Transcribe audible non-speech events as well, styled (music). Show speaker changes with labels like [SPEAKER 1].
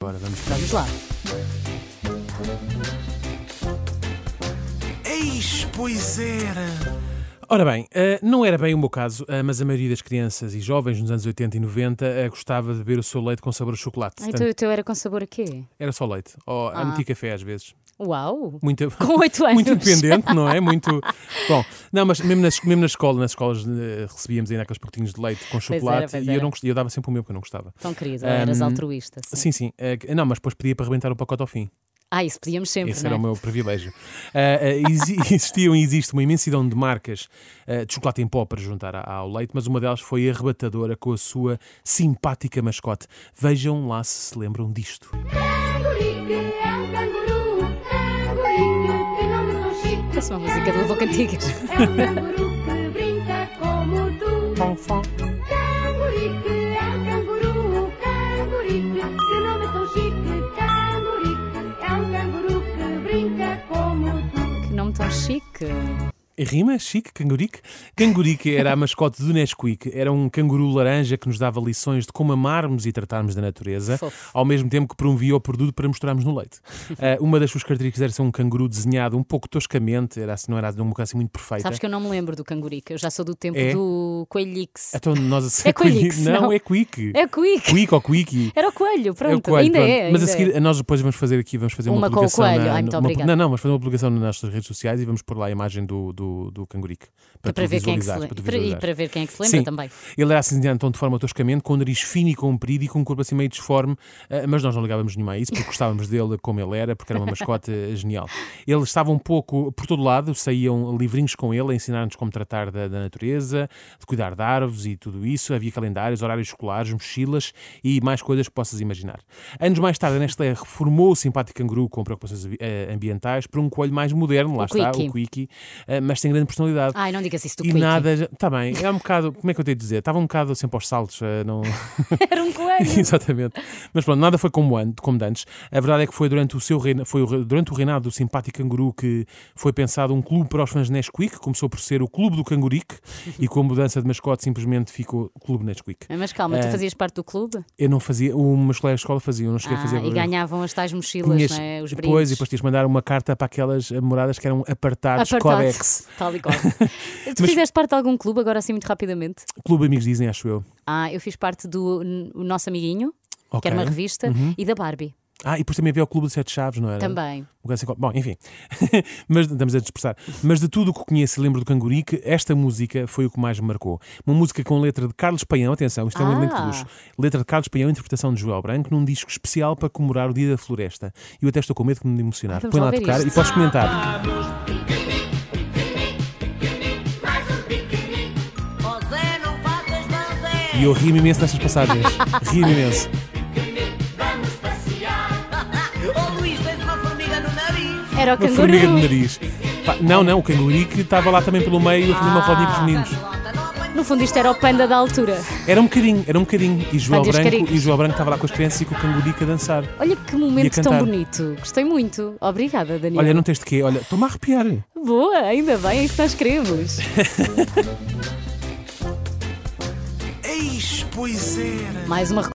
[SPEAKER 1] agora, vamos para
[SPEAKER 2] Vamos lá.
[SPEAKER 1] Eis, pois era! Ora bem, eh, não era bem o meu caso, eh, mas a maioria das crianças e jovens nos anos 80 e 90 eh, gostava de beber o seu leite com sabor a chocolate.
[SPEAKER 2] Ah,
[SPEAKER 1] Portanto,
[SPEAKER 2] Então o teu era com sabor a quê?
[SPEAKER 1] Era só leite. Ou a meti café às vezes.
[SPEAKER 2] Uau!
[SPEAKER 1] Muito,
[SPEAKER 2] Ah. Com oito anos.
[SPEAKER 1] (laughs) muito independente, não é?
[SPEAKER 2] (laughs)
[SPEAKER 1] Muito. Bom, não, mas mesmo, nas, mesmo na escola, nas escolas eh, recebíamos ainda aqueles pacotinhos de leite com
[SPEAKER 2] era,
[SPEAKER 1] chocolate
[SPEAKER 2] pois
[SPEAKER 1] e eu
[SPEAKER 2] era.
[SPEAKER 1] não gostava, eu dava sempre o meu porque eu não gostava.
[SPEAKER 2] Tão querido, ou eras altruísta. Sim.
[SPEAKER 1] Hum, Sim, sim. eh, que- não, mas depois pedia para arrebentar o pacote ao fim.
[SPEAKER 2] Ah, isso pedíamos sempre,
[SPEAKER 1] Esse
[SPEAKER 2] não
[SPEAKER 1] era
[SPEAKER 2] é?
[SPEAKER 1] o meu privilégio. Ah, ah, exi- (laughs) existiam e existe uma imensidão de marcas ah, de chocolate em pó para juntar a- ao leite, mas uma delas foi arrebatadora com a sua simpática mascote. Vejam lá se se lembram disto.
[SPEAKER 3] Cangurique é um canguru, cangurique que não me tão chique.
[SPEAKER 2] Parece é uma música de
[SPEAKER 1] (laughs)
[SPEAKER 2] Levou Cantigas.
[SPEAKER 3] É um canguru que brinca como tu. Cangurique é um canguru, cangurique que não me tão chique. Cangurique é um canguru que brinca como tu.
[SPEAKER 2] Que nome tão chique.
[SPEAKER 1] Rima? Chique? Cangurique? Cangurique era a mascote do Nesquik. Era um canguru laranja que nos dava lições de como amarmos e tratarmos da natureza,
[SPEAKER 2] Fofo.
[SPEAKER 1] ao mesmo tempo que promovia o produto para misturarmos no leite. Ah, uma das suas características era ser um canguru desenhado um pouco toscamente, era assim, não era de uma coisa assim muito perfeita.
[SPEAKER 2] Sabes que eu não me lembro do cangurica. Eu já sou do tempo
[SPEAKER 1] É?
[SPEAKER 2] do Coelhix.
[SPEAKER 1] Então nós a
[SPEAKER 2] É Quilix,
[SPEAKER 1] Não,
[SPEAKER 2] não?
[SPEAKER 1] é Quick.
[SPEAKER 2] É Quick.
[SPEAKER 1] Quick ou Quick.
[SPEAKER 2] Era o coelho, pronto.
[SPEAKER 1] É o coelho,
[SPEAKER 2] ainda
[SPEAKER 1] pronto.
[SPEAKER 2] é.
[SPEAKER 1] Mas a
[SPEAKER 2] ainda
[SPEAKER 1] seguir,
[SPEAKER 2] é.
[SPEAKER 1] nós depois vamos fazer aqui, vamos fazer uma,
[SPEAKER 2] Uma com o
[SPEAKER 1] publicação. na-
[SPEAKER 2] coelho. Ai, muito
[SPEAKER 1] numa-
[SPEAKER 2] obrigada.
[SPEAKER 1] não, não, vamos fazer uma publicação nas nossas redes sociais e vamos pôr lá a imagem do, do, do cangurique.
[SPEAKER 2] Para,
[SPEAKER 1] tu
[SPEAKER 2] ver quem é que se
[SPEAKER 1] visualizares, para
[SPEAKER 2] lembra.
[SPEAKER 1] tu
[SPEAKER 2] E
[SPEAKER 1] visualizares.
[SPEAKER 2] para ver quem é que se lembra
[SPEAKER 1] Sim.
[SPEAKER 2] também.
[SPEAKER 1] Ele era assim, então, de forma toscamente, com o nariz fino e comprido e com um corpo assim meio disforme, eh, mas nós não ligávamos nenhuma a isso porque gostávamos dele como ele era, porque era uma mascote eh, genial. Ele estava um pouco por todo lado, saíam livrinhos com ele a ensinar-nos como tratar da, da natureza, de cuidar de árvores e tudo isso. Havia calendários, horários escolares, mochilas e mais coisas que possas imaginar. Anos mais tarde, a Nestlé reformou o simpático canguru com preocupações eh, ambientais para um coelho mais moderno, lá
[SPEAKER 2] O
[SPEAKER 1] está,
[SPEAKER 2] Quickie.
[SPEAKER 1] o Quickie, eh, mas tem grande personalidade
[SPEAKER 2] Ai, não digas isso do
[SPEAKER 1] e
[SPEAKER 2] Quick.
[SPEAKER 1] nada. Está bem, é um bocado. Como é que eu tenho de dizer? Estava um bocado sempre aos saltos. eh, Não...
[SPEAKER 2] (laughs)
[SPEAKER 1] (laughs)
[SPEAKER 2] Era um coelho.
[SPEAKER 1] Exatamente. Mas pronto, nada foi como, an- como de antes. A verdade é que foi durante o seu reina... foi o re- durante o reinado do simpático canguru que foi pensado um clube para os fãs de Nesquik, que começou por ser o Clube do Cangurique
[SPEAKER 2] Uhum.
[SPEAKER 1] e com a mudança de mascote simplesmente ficou Clube Nesquik.
[SPEAKER 2] Mas calma, tu
[SPEAKER 1] Eh,
[SPEAKER 2] fazias parte do clube?
[SPEAKER 1] Eu não fazia, os meus colegas de escola faziam, eu não cheguei a
[SPEAKER 2] Ah,
[SPEAKER 1] fazer.
[SPEAKER 2] e ganhavam as tais mochilas,
[SPEAKER 1] Tinhas-
[SPEAKER 2] não é? os brindes.
[SPEAKER 1] depois, e depois tinhas de mandar uma carta para aquelas eh, moradas que eram apartados,
[SPEAKER 2] Apartados.
[SPEAKER 1] Codex,
[SPEAKER 2] Tal
[SPEAKER 1] (laughs)
[SPEAKER 2] e qual. tu
[SPEAKER 1] é Mas-
[SPEAKER 2] fizeste parte de algum clube, agora assim muito rapidamente?
[SPEAKER 1] Clube Amigos Dizem, acho eu.
[SPEAKER 2] Ah, eu fiz parte do N- o Nosso Amiguinho, que
[SPEAKER 1] Ok. Uhum.
[SPEAKER 2] era uma revista, e da Barbie
[SPEAKER 1] Ah, e depois também havia o Clube de Sete Chaves, não era?
[SPEAKER 2] também.
[SPEAKER 1] Uma coisa assim, Bom, enfim, (laughs) mas estamos a dispersar. Mas de tudo o que conheço e lembro do Cangurique, esta música foi o que mais me marcou. Uma música com letra de Carlos Paião, atenção, isto é um
[SPEAKER 2] Ah.
[SPEAKER 1] elemento de luxo. Letra de Carlos Paião, interpretação de Joel Branco, num disco especial para comemorar o Dia da Floresta. E eu até estou com medo de me emocionar.
[SPEAKER 2] vamos
[SPEAKER 1] Põe lá a
[SPEAKER 2] ouvir
[SPEAKER 1] tocar
[SPEAKER 2] isto.
[SPEAKER 1] e podes comentar.
[SPEAKER 4] Ó Zé, não faças mal, Zé.
[SPEAKER 1] E eu rio-me imenso destas passagens. Rio-me imenso.
[SPEAKER 4] (laughs) Ó Oh, Luís, tens uma formiga no nariz.
[SPEAKER 2] Era o
[SPEAKER 1] Uma formiga de
[SPEAKER 2] canguru.
[SPEAKER 1] nariz. Pá, não, não, o Cangurique estava lá também pelo meio a fazer uma
[SPEAKER 2] Ah.
[SPEAKER 1] rodinha com os meninos.
[SPEAKER 4] Lota, não apanhes
[SPEAKER 2] No fundo, isto era o panda da altura.
[SPEAKER 1] Era um bocadinho, era um bocadinho. E Joel,
[SPEAKER 2] Portanto, e os
[SPEAKER 1] Branco,
[SPEAKER 2] caricos.
[SPEAKER 1] e Joel Branco estava lá com as crianças e com o Cangurique a dançar.
[SPEAKER 2] Olha que momento tão
[SPEAKER 1] cantar.
[SPEAKER 2] bonito. Gostei muito. Obrigada, Daniel.
[SPEAKER 1] Olha, não tens de quê? Olha, estou-me a arrepiar.
[SPEAKER 2] Boa, ainda bem, é isso que nós queremos.
[SPEAKER 1] (laughs) Eis, pois era.
[SPEAKER 2] Mais uma